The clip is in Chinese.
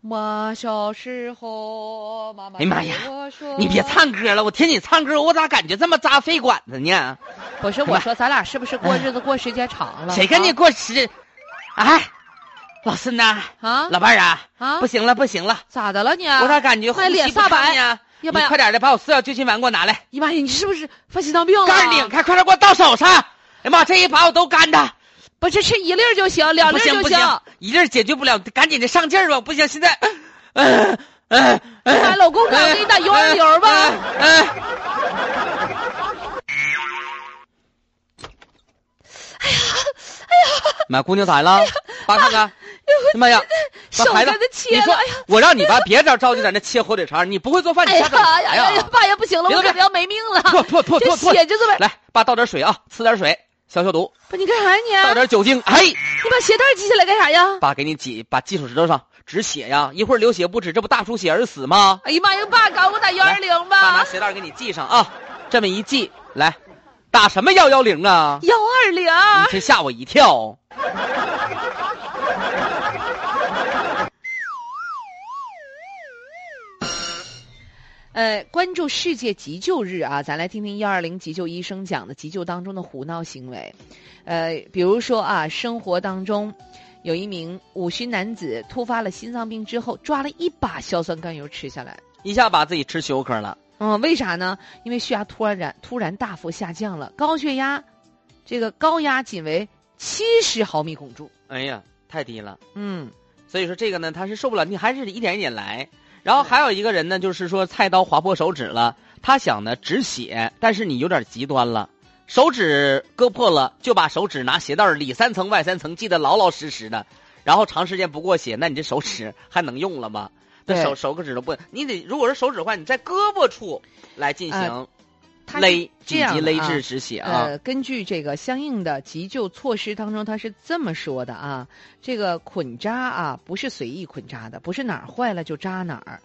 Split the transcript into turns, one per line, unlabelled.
我小时候，妈妈
哎呀妈呀
对我说
你别，唱歌了，我听你唱歌，我咋感觉这么扎肺管子呢？
不是我说，咱俩是不是过日子过时间长了？
谁跟你过时？哎，老孙呐，
啊
老伴儿啊，
啊
不？行了，不行了，
咋的了你？
我咋感觉呼
那脸
吸不
煞
畅
白
呢？
要
你
不然
快点的，把我四药救心丸给我拿来，
姨妈呀，你是不是犯心脏病了？
盖儿拧开，快点给我倒手上！哎呀妈，这一把我都干的，
不是吃一粒儿就行，两
不
粒儿
行
就
不行，一粒儿解决不了，赶紧的上劲儿吧，不行，现在，嗯嗯
哎，
嗯，
老公，赶快给你打幺二零吧。
嗯，嗯呃
哎
妈，姑娘咋了？爸看看，哎妈呀，把
手
孩子
给它，切
你说
了哎呀
我让你吧，别着着急在那切火腿肠，你不会做饭，你
哎
瞎整
呀
啥
呀呀呀
呀！！
爸也不行了，
别
我
动
可能要没命了。
吐吐吐
这
吐吐！
血就这么，
来，爸倒点水啊，呲点水消消毒，
不，你干啥呀
倒
你？啊
点酒精。哎，
你把鞋带系起来干啥呀？
爸给你挤，把系手指头上止血呀，一会儿流血不止，这不大出血而死吗？
哎呀妈呀，爸，赶快打幺二零
爸拿
吧！
鞋带给你系上啊，这么一系，来，打什么幺幺零啊？
幺二零，
你这吓我一跳。
呃，关注世界急救日啊，咱来听听幺二零急救医生讲的急救当中的胡闹行为。呃，比如说啊，生活当中有一名五旬男子突发了心脏病之后，抓了一把硝酸甘油吃下来。
一下把自己吃休克了。
嗯，为啥呢？因为血压突然突然大幅下降了，高血压，这个高压仅为七十毫米汞柱。
哎呀，太低了。
嗯，
所以说这个呢，他是受不了，你还是一点一点来。然后还有一个人呢，就是说菜刀划破手指了，他想呢止血，但是你有点极端了，手指割破了，就把手指拿鞋带儿里三层外三层系得老老实实的，然后长时间不过血，那你这 手指还能用了吗？那
对
手手个指头不，你得如果是手指的话，你在胳膊处来进行
呃他是
勒，
这
紧
样
急
的
勒
啊
制止血啊。
呃，根据这个相应的急救措施当中，他是这么说的啊，这个捆扎啊不是随意捆扎的，不是哪儿坏了就扎哪儿，